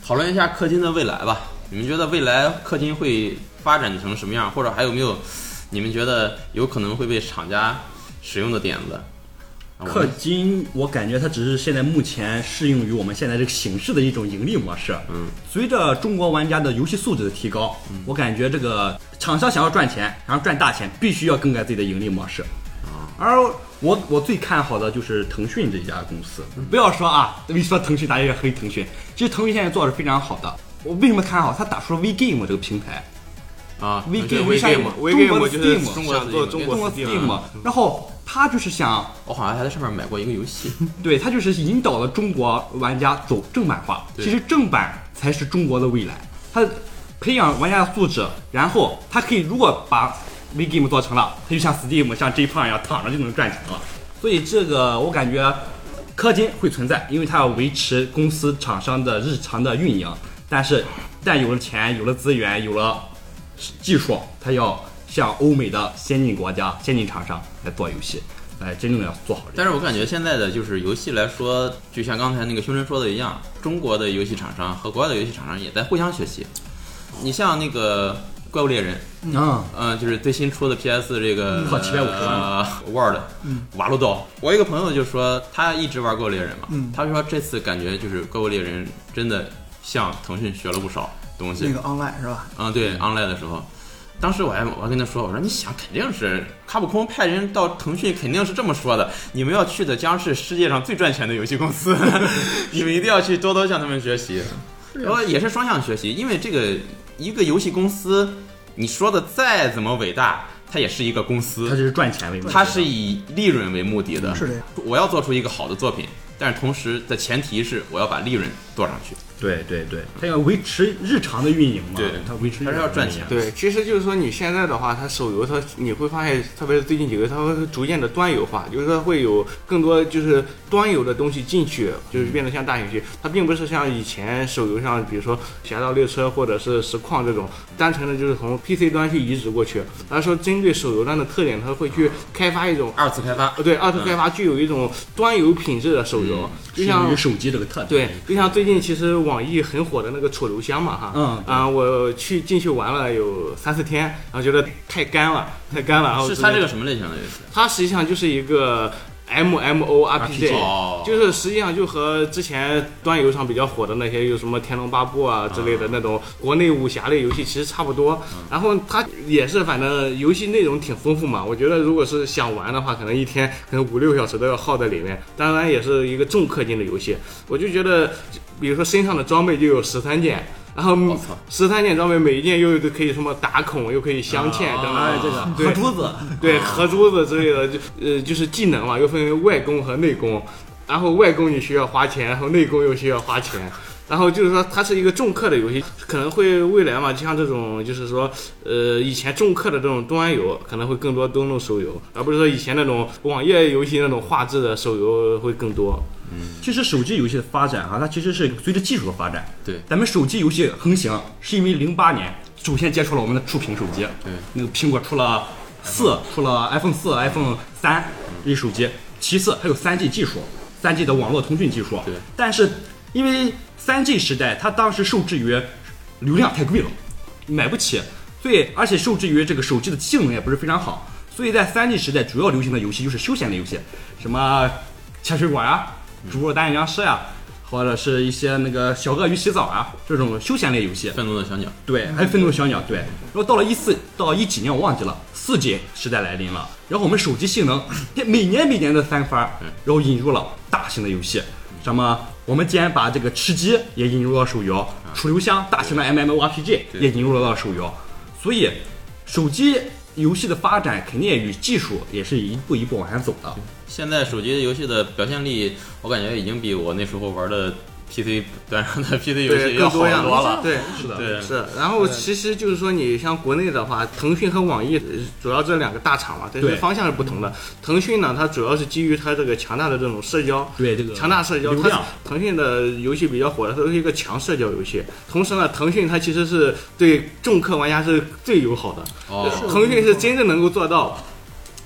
S1: 讨论一下氪金的未来吧，你们觉得未来氪金会发展成什么样，或者还有没有你们觉得有可能会被厂家使用的点子？啊我
S4: 氪
S1: 们
S4: 金，我感觉它只是现在目前适应于我们现在这个形式的一种盈利模式。嗯，随着中国玩家的游戏素质的提高，我感觉这个厂商想要赚钱，想要赚大钱，必须要更改自己的盈利模式。而我我最看好的就是腾讯这家公司。不要说啊，一说腾讯，大家也黑腾讯。其实腾讯现在做的是非常好的。我为什么看好？它打出了 VGame 这个平台，
S1: 啊
S4: V
S1: 对
S4: Game
S1: 微
S4: Game
S1: 信
S4: 嘛
S2: 微
S4: 中
S2: game
S4: 国的
S2: 就是
S4: Steam
S2: 中
S1: 国的
S2: 想做中
S1: Steam，
S4: 中
S2: 国
S4: 国
S2: Steam，
S4: Steam，然后它就是想
S1: 我好像还在上面买过一个游戏，
S4: 对，它就是引导了中国玩家走正版化。
S1: 对
S4: 其实正版才是中国的未来，它培养玩家的素质，然后它可以如果把 V Game 做成了，它就像 Steam、像 J 胖一样躺着就能赚钱了。所以这个我感觉氪金会存在，因为它要维持公司厂商的日常的运营。但是，但有了钱、有了资源、有了技术，它要向欧美的先进国家、先进厂商来做游戏，来真正的要做好这个。
S1: 但是我感觉现在的就是游戏来说，就像刚才那个修真说的一样，中国的游戏厂商和国外的游戏厂商也在互相学习。你像那个《怪物猎人》，
S4: 啊、
S1: 嗯，就是最新出的 PS 这个，
S4: 靠750万
S1: 呃 Word，
S3: 嗯
S1: 瓦鲁刀。我一个朋友就说，他一直玩《怪物猎人》嘛，
S3: 嗯
S1: 他说这次感觉就是《怪物猎人》真的向腾讯学了不少东西。
S3: 那个 online 是吧？
S1: 嗯，对，online 的时候，当时我还我还跟他说，我说你想肯定是卡普空派人到腾讯，肯定是这么说的，你们要去的将是世界上最赚钱的游戏公司， 你们一定要去多多向他们学习。然后也是双向学习，因为这个一个游戏公司，你说的再怎么伟大，它也是一个公
S4: 他
S1: 司，
S4: 就是赚钱为目的。
S1: 它是以利润为目的的。
S3: 是这样，
S1: 我要做出一个好的作品，但是同时的前提是我要把利润做上去。
S4: 对对对，他要维持日常的运营嘛，
S1: 对
S4: 他维持
S1: 还是要赚钱
S2: 对，其实就是说你现在的话，它手游它你会发现，特别是最近几个月，它会逐渐的端游化，就是说会有更多就是端游的东西进去，就是变得像大型机，它并不是像以前手游像比如说《侠盗猎车》或者是《实况》这种单纯的就是从 PC 端去移植过去，而是说针对手游端的特点，它会去开发一种。啊
S1: 二次开发，
S2: 呃，对，二次开发具有一种端游品质的手游，就
S4: 适
S2: 像
S4: 应于手机这个特点。
S2: 对，就像最近其实网易很火的那个楚留香嘛，哈，
S4: 嗯
S2: 啊，我去进去玩了有三四天，然后觉得太干了，太干了，然后
S1: 是
S2: 只
S1: 它
S2: 能
S1: 这个什么类型的游戏？
S2: 它实际上就是一个 M M O R P G，
S4: RPG
S1: 哦
S2: 就是实际上就和之前端游上比较火的那些，有什么《天龙八部》啊之类的那种国内武侠类游戏，其实差不多。
S1: 嗯
S2: 然后它也是，反正游戏内容挺丰富嘛。我觉得如果是想玩的话，可能一天可能五六小时都要耗在里面。当然也是一个重氪金的游戏，我就觉得，比如说身上的装备就有十三件。然后
S1: 我哦操
S2: 十三件装备，每一件又可以什么打孔，又可以镶嵌等等，
S1: 啊
S4: 哎，这个
S2: 对
S4: 河珠子，
S2: 对，合珠子之类的，就呃就是技能嘛，又分为外功和内功，然后外功你需要花钱，然后内功又需要花钱。然后就是说，它是一个重氪的游戏，可能会未来嘛，就像这种，就是说，呃，以前重氪的这种端游，可能会更多登陆手游，而不是说以前那种网页游戏那种画质的手游会更多。
S1: 嗯
S4: 其实手机游戏的发展啊，它其实是随着技术的发展。
S1: 对
S4: 咱们手机游戏横行，是因为零八年首先接触了我们的触屏手机。
S1: 对，
S4: 那个苹果出了四，出了 iPhone 四、iPhone 三这些手机。其次还有三 G 技术，三 G 的网络通讯技术。
S1: 对，
S4: 但是因为三 G 时代，它当时受制于流量太贵了，买不起，所以而且受制于这个手机的性能也不是非常好，所以在三 G 时代主要流行的游戏就是休闲类游戏，什么潜水馆啊、逐鹿丹阳师呀、或者是一些那个小鳄鱼洗澡啊这种休闲类游戏。
S1: 愤怒的小鸟，
S4: 对，还有愤怒的小鸟，对。然后到了一四到一几年我忘记了，四 G 时代来临了，然后我们手机性能每年每年的翻番儿，然后引入了大型的游戏，什么我们竟然把这个吃鸡也引入到手游，楚留香大型的 MMORPG
S1: 对
S4: 也引入了到手游，所以手机游戏的发展肯定也与技术也是一步一步往前走的。
S1: 现在手机游戏的表现力，我感觉已经比我那时候玩的 PC 端上的 PC 游戏
S2: 对，
S1: 要
S2: 更
S1: 好
S2: 样
S1: 多了。
S2: 对，
S4: 是的，
S1: 对，
S2: 是，然后其实就是说，你像国内的话，腾讯和网易呃主要这两个大厂嘛，但是
S4: 对
S2: 方向是不同的。腾讯呢，它主要是基于它这个强大的这种社交。
S4: 对这个
S2: 强大社交，
S4: 流
S2: 它
S4: 量
S2: 腾讯的游戏比较火的，它是一个强社交游戏。同时呢，腾讯它其实是对重氪玩家是最友好的。
S1: 哦
S3: 是
S2: 腾讯是真正能够做到，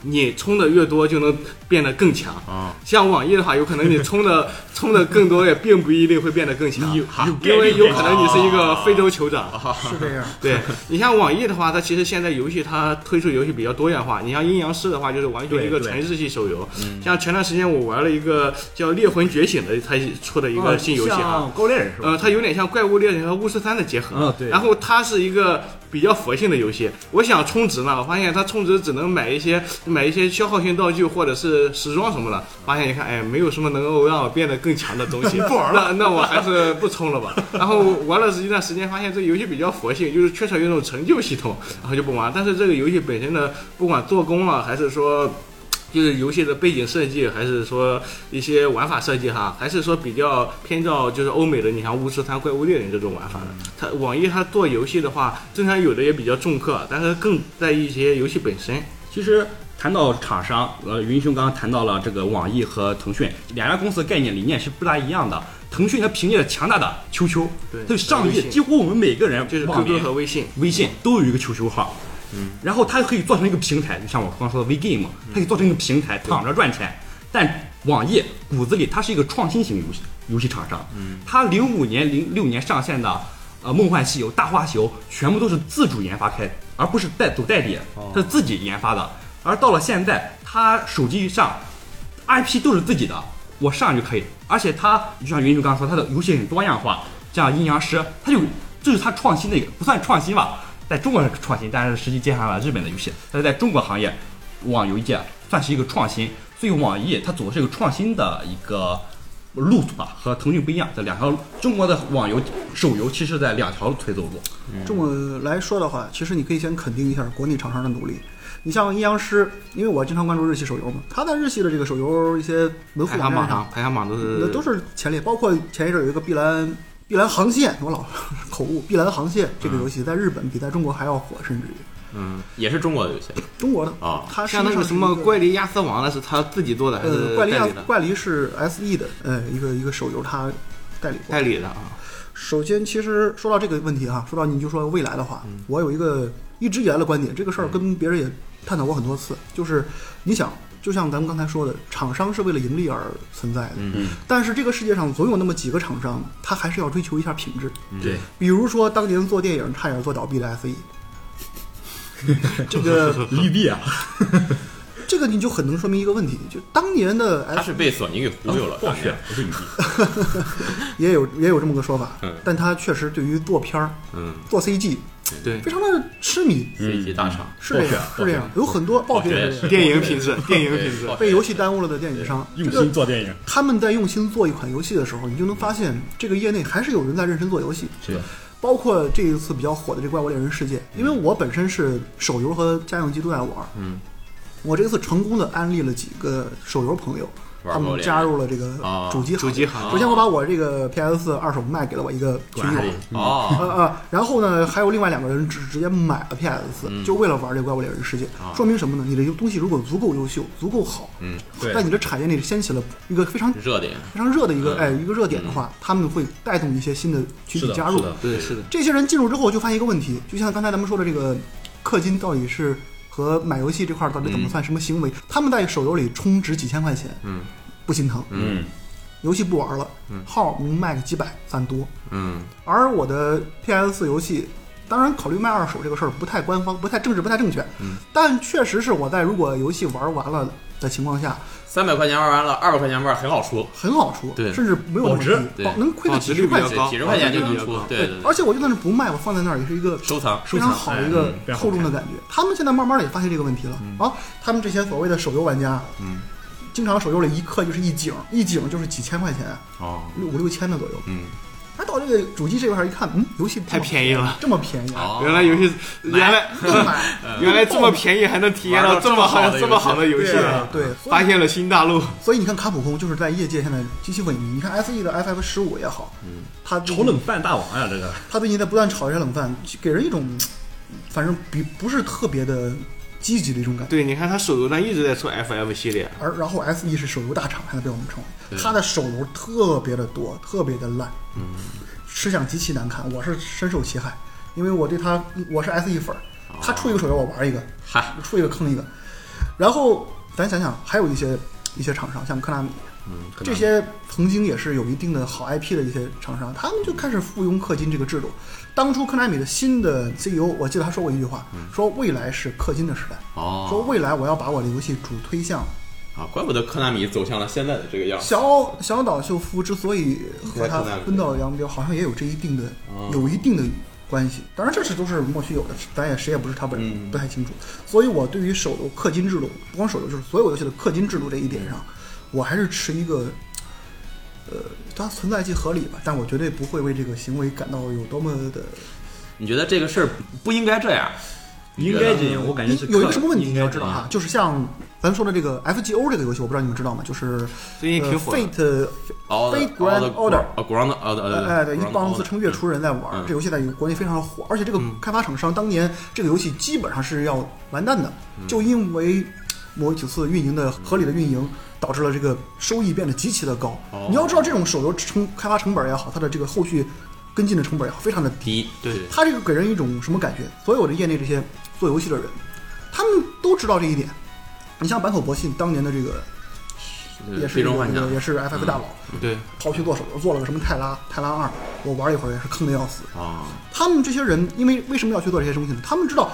S2: 你充的越多就能变得更强。
S1: 啊，
S2: 像网易的话，有可能你充的充的更多，也并不一定会变得更强，
S4: 哈
S2: 因为有可能你是一个非洲酋长。
S3: 是这样。
S2: 对你像网易的话，它其实现在游戏它推出游戏比较多元化。你像阴阳师的话，就是完全
S4: 对
S2: 一个
S4: 对嗯
S2: 纯日系手游。像前段时间我玩了一个叫《猎魂觉醒》的，它出的一个新游戏啊。
S4: 哦像高猎人是吧？
S2: 呃，它有点像《怪物猎人》和《巫师三》的结合，
S4: 啊对
S2: 然后它是一个比较佛性的游戏。我想充值呢，我发现它充值只能买一些买一些消耗性道具或者是时装什么的。发现一看，哎，没有什么能够让我变得更强的东西， 不玩了。那我还是不充了 吧。然后玩了一段时间，发现这游戏比较佛性，就是缺少一种成就系统，然后就不玩。但是这个游戏本身的，不管做工啊，还是说就是游戏的背景设计，还是说一些玩法设计哈，还是说比较偏照就是欧美的，你像《巫师三》《怪物猎人》这种玩法的。它网易它做游戏的话，虽然有的也比较重氪，但是更在意一些游戏本身。
S4: 其实谈到厂商，呃，云兄刚刚谈到了这个网易和腾讯两家公司的概念理念是不大一样的。腾讯它凭借着强大的 QQ，
S2: 对
S4: 它有上
S2: 微
S4: 亿，
S2: 信
S4: 几乎我们每个人
S2: 就是
S4: 网
S2: QQ
S4: 民
S2: 和微信，
S4: 微信都有一个 QQ 号，嗯，然后它可以做成一个平台，就像我刚刚说的 VGame，它可以做成一个平台躺着赚钱。但网易骨子里它是一个创新型游戏游戏厂商，嗯，它零五年、零六年上线的呃《梦幻西游》《大话西游》全部都是自主研发开，而不是代走代理，它是自己研发的。而到了现在，它手机上 IP 都是自己的，我上就可以。而且它就像云叔刚刚说，它的游戏很多样化，像阴阳师，它就这就是它创新的一个，不算创新吧，在中国是创新，但是实际接下了日本的游戏，但是在中国行业网游界算是一个创新。所以网易它走的是一个创新的一个路子吧，和腾讯不一样。这两条中国的网游手游其实在两条腿走 路。
S3: 这么来说的话，其实你可以先肯定一下国内厂商的努力。你像阴阳师，因为我经常关注日系手游嘛，他在日系的这个手游一些门户
S2: 排
S3: 网
S2: 行
S3: 站
S2: 榜
S3: 上
S2: 上，排行榜都是
S3: 那都是前列，包括前一阵有一个碧蓝碧蓝航线，我老口误，碧蓝航线这个游戏在日本比在中国还要火，甚至于
S1: 嗯，也是中国的游戏
S3: 中国的，
S1: 啊。
S3: 它
S2: 嗯
S3: 实际
S2: 像那
S3: 上
S2: 个
S3: 是
S2: 什
S3: 一
S2: 么
S3: 个
S2: 怪力亚瑟王，那是他自己做的还
S3: 呃
S2: 是
S3: 怪力
S2: 代
S3: 亚
S2: 理的？
S3: 怪力是 S E 的呃一个一个手游，它代理过
S2: 代。理的啊，
S3: 首先，其实说到这个问题啊哈，说到你就说未来的话，我有一个一直以来的观点，这个事儿跟别人也探讨过很多次，就是你想就像咱们刚才说的，厂商是为了盈利而存在的。
S1: 嗯，
S3: 但是这个世界上总有那么几个厂商，他还是要追求一下品质。
S4: 对，
S3: 比如说当年做电影差点做倒闭的 SE，这个
S4: 利弊啊，
S3: 这个你就很能说明一个问题，就当年的 E SE
S1: 他是被索尼给忽 悠了，
S4: 或许不是利弊，
S3: 也有也有这么个说法
S1: 啊嗯，
S3: 但他确实对于做片儿、
S1: 嗯，
S3: 做 CG
S2: 对
S3: 非常的痴迷，
S1: C 级大厂，
S3: 是这样，是这样，有很多暴雪也是这样
S2: 电影品 质，电影品质
S1: 对，
S3: 被游戏耽误了的电影商，这
S4: 用
S3: 个
S4: 心做电影，
S3: 他们在用心做一款游戏的时候，你就能发现这个业内还是有人在认真做游戏，
S4: 是
S3: 包括这一次比较火的这《怪物猎人世界》，因为我本身是手游和家用机都在玩，
S1: 嗯，
S3: 我这次成功的安利了几个手游朋友，
S1: 玩儿过
S3: 他
S1: 猎
S3: 们
S1: 人
S3: 加入了这个
S1: 啊
S3: 主机行
S2: 主
S3: 列。
S2: 机行
S3: 首先，我把我这个 PS 二手卖给了我一个群友，
S1: 哦，
S3: 呃呃，然后呢，还有另外两个人直直接买了 PS 四、
S1: 嗯
S3: 就为了玩这个《怪物猎人世界》
S1: 啊
S3: 说明什么呢？你的东西如果足够优秀、足够好，
S1: 嗯，
S4: 对
S3: 在你的产业内掀起了一个非常
S1: 热点，
S3: 非常热的一个、
S1: 嗯
S3: 哎一个热点的话，他们会带动一些新的群 体
S4: 是的，
S3: 加入
S4: 是。的，
S2: 对，是的，
S3: 这些人进入之后，就发现一个问题，就像刚才咱们说的，这个氪金到底是和买游戏这块儿到底怎么算什么行为？他们在手游里充值几千块钱，
S1: 嗯，
S3: 不心疼，
S1: 嗯
S3: 游戏不玩了，
S1: 嗯
S3: 号能卖个几百算多。
S1: 嗯
S3: 而我的 PS 游戏，当然考虑卖二手这个事儿不太官方、不太政治、不太正确，
S1: 嗯
S3: 但确实是我在如果游戏玩完了的情况下，
S1: 三百块钱玩完了，二百块钱玩很好出，
S3: 很好出，
S1: 对
S3: 甚至没有那
S4: 保
S3: 么
S4: 值
S3: 低，
S1: 对
S3: 保能亏个
S2: 保值
S3: 几十
S2: 率比
S3: 块
S2: 较
S3: 钱。
S2: 高
S1: 几十块钱就能出，对对，
S3: 而且我就算是不卖，我放在那儿也是一个
S1: 收藏，
S3: 非常好的一个
S4: 嗯非常好
S3: 厚重的感觉。他们现在慢慢的也发现这个问题了、啊，他们这些所谓的手游玩家，
S1: 嗯，
S3: 经常手游里一氪就是一景，一景就是几千块钱，
S1: 哦，
S3: 六五六千的左右。
S1: 嗯，
S3: 那到这个主机这块儿一看，嗯，游戏这么
S2: 太便宜了，
S3: 这么便宜啊，
S1: 哦，
S2: 原来游戏，原来
S3: 这么买。
S2: 原来这么便宜还能体验到这么好这么好的游戏，啊
S4: 啊
S3: 对啊对，所
S2: 发
S3: 以
S2: 现了新大陆，
S3: 所以你看卡普空就是在业界现在极其萎靡。你看 S E 的 F F 十五也好，嗯，他最
S4: 炒
S3: 近
S4: 冷饭大王啊呀，这个
S3: 他最近在不断炒一些冷饭，给人一种反正比不是特别的积极的一种感觉。
S2: 对，你看他手游端一直在出 FF 系列，
S3: 而然后 S E 是手游大厂，现在被我们称为，
S1: 对
S3: 它的手游特别的多，特别的烂，嗯，吃相极其难看，我是深受其害，因为我对它我是 S E 粉儿，他出一个手游我玩一个，
S1: 嗨，
S3: 出一个坑一个，然后咱想想还有一些一些厂商，像科纳米，
S4: 嗯可能
S3: 这些曾经也是有一定的好 IP 的一些厂商，他们就开始附庸氪金这个制度。当初科纳米的新的 CEO，我记得他说过一句话，说未来是氪金的时代，说
S1: 哦，
S3: 未来我要把我的游戏主推向
S1: 啊，怪不得科纳米走向了现在的这个样子，
S3: 小小岛秀夫之所以和他分道扬镳，好像也有这一定的
S1: 哦
S3: 有一定的关系。当然，这事都是莫须有的，咱也谁也不是他本人，
S1: 嗯
S3: 不太清楚。所以我对于手游氪金制度，不光手游，就是所有游戏的氪金制度这一点上，我还是持一个。呃，它存在即合理吧，但我绝对不会为这个行为感到有多么的。
S1: 你觉得这个事儿不应该这样？
S4: 应该这样，我感觉是
S3: 有一个什么问题
S4: 应
S3: 你
S4: 该
S3: 要知
S2: 嗯
S3: 道啊，就是像咱说的这个 FGO 这个游戏，我不知道你们知道吗？就是
S2: 最近挺火
S3: 呃
S2: 的。
S3: Fate
S1: 哦
S3: Fate Grand Order
S1: 啊，Grand 呃呃，
S3: 哎，对，一
S1: Grand
S3: 帮公司
S1: Order
S3: 称月初人在玩儿
S1: 嗯，
S3: 这游戏在国内非常的火，而且这个开发厂商当年这个游戏基本上是要完蛋的，
S1: 嗯
S3: 就因为某几次运营的合理的运营，导致了这个收益变得极其的高
S1: 嗯哦。
S3: 你要知道，这种手游成开发成本也好，它的这个后续跟进的成本也好，非常的低。
S1: 低，对，
S3: 它这个给人一种什么感觉？所有的业内这些做游戏的人，他们都知道这一点。你像坂口博信当年的这个
S1: 最终呃幻想嗯
S3: 也是一个这个，也是 FF 大佬，
S2: 对，
S3: 跑去做手游，做了个什么泰拉泰拉二，我玩了一会儿也是坑的要死。
S1: 啊，
S3: 他们这些人，因为为什么要去做这些东西呢？他们知道，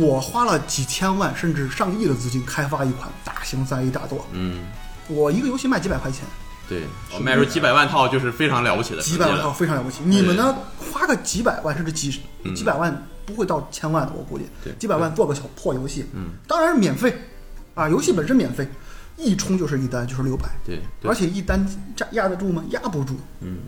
S3: 我花了几千万甚至上亿的资金开发一款大型三 A 大作，
S1: 嗯，
S3: 我一个游戏卖几百块钱，
S1: 对，我卖出几百万套就是非常了不起的成
S3: 几
S1: 绩
S3: 百
S1: 了，
S3: 万套非常了不
S1: 嗯
S3: 起。你们呢，花个几百万甚至几十几百万，不会到千万的，我估计
S1: 对，
S3: 几百万做个小破游戏，嗯，当然是免费，啊，游戏本身免费，一充就是一单就是六百，
S1: 对，对
S3: 而且一单压压得住吗？压不住，嗯，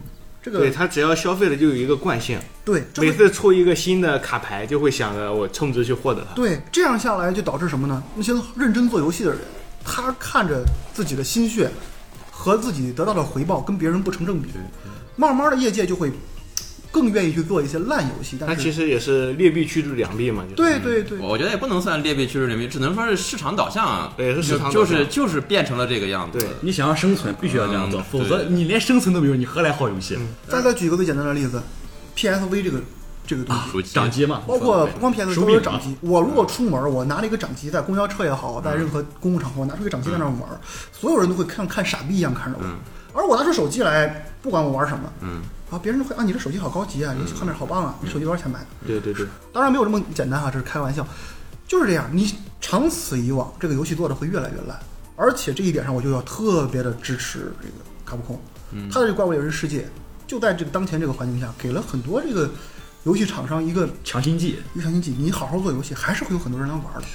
S3: 这个
S2: 对他只要消费了就有一个惯性，
S3: 对，这
S2: 每
S3: 会
S2: 次出一个新的卡牌就会想着我充值去获得它。
S3: 对，这样下来就导致什么呢？那些认真做游戏的人，他看着自己的心血和自己得到的回报跟别人不成正比，慢慢的业界就会更愿意去做一些烂游戏。
S2: 那
S3: 但
S2: 其
S3: 是，
S2: 实嗯也是劣币驱逐良币嘛，就是
S3: 对对对，
S1: 我我觉得也不能算劣币驱逐良币，只能说是市场导向，啊
S2: 对是市场
S1: 就
S2: 导向
S1: 是就是变成了这个样子。
S2: 对
S4: 你想要生存，必须要这样做，
S1: 嗯
S4: 否则
S1: 对
S2: 嗯
S4: 你连生存都没有，你何来好游戏？
S3: 再再举一个最简单的例子，PSV 这个这
S2: 啊
S3: 个东西。
S1: 手机
S4: 掌机嘛，
S3: 包括不光片子
S4: 手
S3: 都
S4: 柄
S3: 有
S4: 嘛
S3: 掌机。我如果出门，我拿了一个掌机，在公交车也好，在任何公共场合，我拿出一个掌机在那儿玩，所有人都会看看傻逼一样看着我。而我拿出手机来，不管我玩什么，
S1: 嗯，
S3: 啊，别人都会啊，你这手机好高级啊，你画面好棒啊，你手机多少钱买的？
S2: 对对对，
S3: 当然没有这么简单哈、啊这是开玩笑，就是这样。你长此以往，这个游戏做的会越来越烂。而且这一点上，我就要特别的支持这个卡普空，他的这个《怪物猎人世界》就在这个当前这个环境下，给了很多这个游戏厂商一个
S4: 强心剂。
S3: 一个强心剂。你好好做游戏，还是会有很多人来玩的。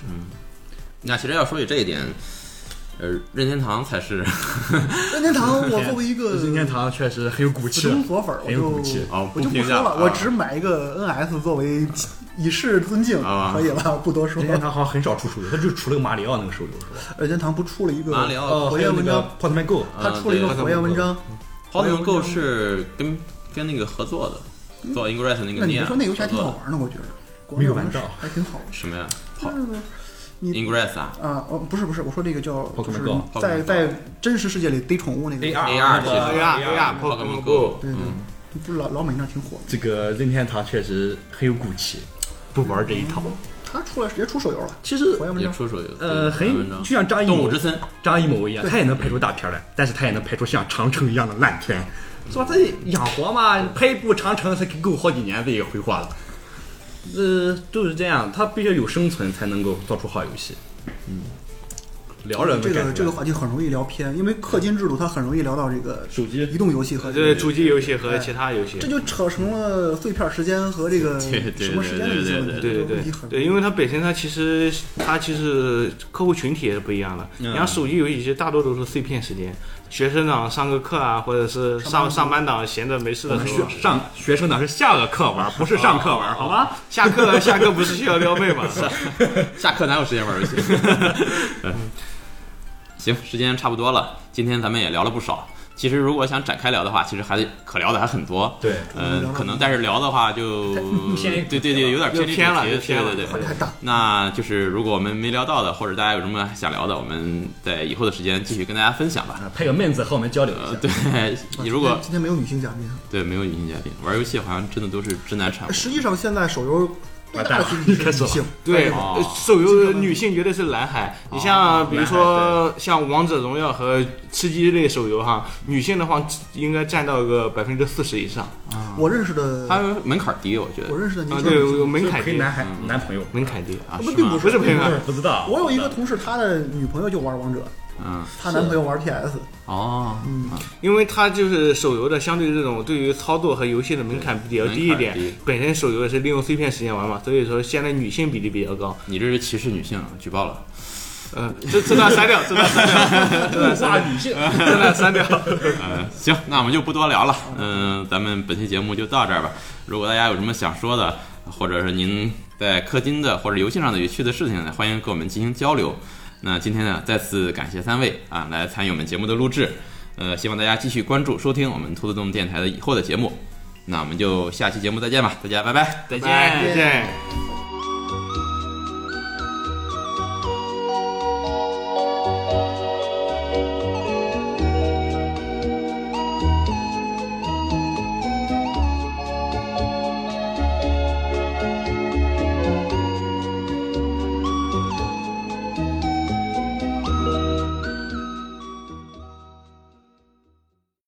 S1: 那其实要说起这一点，呃，任天堂才 是
S3: 任天堂，我作为一个
S4: 任天堂确实很有骨
S3: 死
S4: 气，
S3: 忠佛粉儿，我
S4: 很有骨气
S3: 就
S1: 哦
S3: 我就
S1: 不
S3: 不
S1: 评
S3: 说
S1: 价
S3: 了，
S1: 啊
S3: 我只买一个 NS 作为以示尊敬，
S1: 啊
S3: 可以了，不多说
S4: 任。天堂好像很少出手游，他就除了个马里奥那个手游是吧？
S3: 任天堂不出了一个
S1: 马里奥呃
S4: 哦，
S3: 火
S4: 还
S3: 焰
S4: 有
S3: 文
S4: 那
S3: 章
S4: 个，《Portman Go》，
S3: 他出了一个火焰文章，
S1: p o k e m o n Go 是跟跟那个合作的，做 Ingress 那个
S3: 嗯那你
S1: 念
S3: 别说那游戏还挺好玩呢，我觉得。
S4: 没有玩到
S3: 还挺好玩。
S1: 什么呀
S3: 但是呢，你
S1: ？Ingress 啊
S3: 啊，哦，不是不是，我说那个叫就
S4: Pokemon
S3: 是
S4: Go，
S3: 在
S1: Pokemon Go
S3: 在真实世界里逮宠物那个
S1: 那
S4: AR
S1: 个
S2: 哎呀哎呀
S4: AR
S1: ，Pokemon Go
S3: 对对，不是老老美那挺火的。
S4: 这个任天堂确实很有骨气，不玩这一套。
S3: 他出来直接出手游了，
S4: 其实
S3: 火焰文
S1: 也
S3: 章。
S1: 出手游，
S4: 呃，
S1: 对
S4: 很
S1: 文章
S4: 就像张艺
S1: 嗯动物
S4: 谋
S1: 之森，
S4: 张艺谋一样，他也能拍出大片来，但是他也能拍出像《长城》一样的烂片，是吧？这养活嘛，拍一部《长城》才够好几年，这也挥霍了。呃，就是这样，他必须有生存才能够做出好游戏。嗯，聊人
S3: 这个这个
S4: 个
S3: 话题很容易聊偏，因为氪金制度它很容易聊到这个
S4: 手机
S3: 移动游戏和
S2: 这是主机游戏和其他游戏
S3: 这。就扯成了碎片时间和这个
S1: 对对对
S3: 什么时间的一些问题，
S2: 对对
S3: 这个问题
S2: 对
S3: 很
S2: 对，因为它本身它其实它其实客户群体也是不一样的。你像手机游戏，其实大多都是碎片时间，学生党上个课啊，或者是上上班党闲着没事的时候，
S4: 呃学上学生党是下了课玩，不是上课玩，好
S1: 啊
S4: 吧？
S2: 下课了下课不是去要撩妹嘛？
S1: 下课哪有时间玩游戏？ 嗯行，时间差不多了，今天咱们也聊了不少。其实如果想展开聊的话，其实还可聊的还很多。
S4: 对
S1: 嗯、可能但是聊的话就
S4: 偏离主题
S1: 对对对，有点
S2: 又
S1: 离
S2: 偏了
S1: 主题
S2: 又偏了
S1: 对对
S3: 话
S1: 对
S3: 题。太大。
S1: 那就是如果我们没聊到的，或者大家有什么想聊的，我们在以后的时间继续跟大家分享吧。
S4: 啊，配个妹子和我们交流一
S1: 呃，
S4: 下。
S1: 对你如
S3: 今
S1: 果
S3: 天今天没有女性嘉宾啊，
S1: 对没有女性嘉宾玩游戏，好像真的都是直男产物。
S3: 实际上现在手游最大的
S4: 完蛋 了
S3: 群体
S4: 开
S3: 是
S4: 始
S3: 女
S4: 了
S3: 性，啊
S2: 对，
S1: 哦
S2: 呃手游的女性绝对是蓝海。你像比如说像王者荣耀和吃鸡类手游哈，女性的话应该占到个百分之四十以上。
S3: 我认识的
S1: 它门槛低，我觉得
S3: 我认识的年
S2: 啊，
S3: 轻
S2: 对，
S3: 人
S2: 有门槛
S4: 可以
S2: 低，
S4: 男孩嗯男朋友，
S2: 门槛低，
S1: 啊，
S3: 不
S1: 是
S3: 并
S1: 吗
S3: 不
S2: 不是朋友啊。
S4: 不知道。
S3: 我有一个同事，他的女朋友就玩王者，
S1: 嗯
S3: 她男朋友玩 PS，
S1: 哦嗯
S2: 因为它就是手游的相对这种对于操作和游戏的门槛比较低一点
S1: 门槛低，
S2: 本身手游也是利用碎片时间玩嘛，所以说现在女性比例比较高。
S1: 你这是歧视女性，啊举报了。
S2: 嗯， 这这段删掉，这段删掉，这段删
S4: 哇，
S2: 掉，
S4: 女性。
S2: 这段删掉。
S1: 呃，行，那我们就不多聊了。嗯、咱们本期节目就到这儿吧。如果大家有什么想说的，或者是您在氪金的或者游戏上的有趣的事情呢，欢迎跟我们进行交流。那今天呢，再次感谢三位啊来参与我们节目的录制。呃，希望大家继续关注收听我们兔子洞电台的以后的节目。那我们就下期节目再见吧，大家拜拜，再
S2: 再见。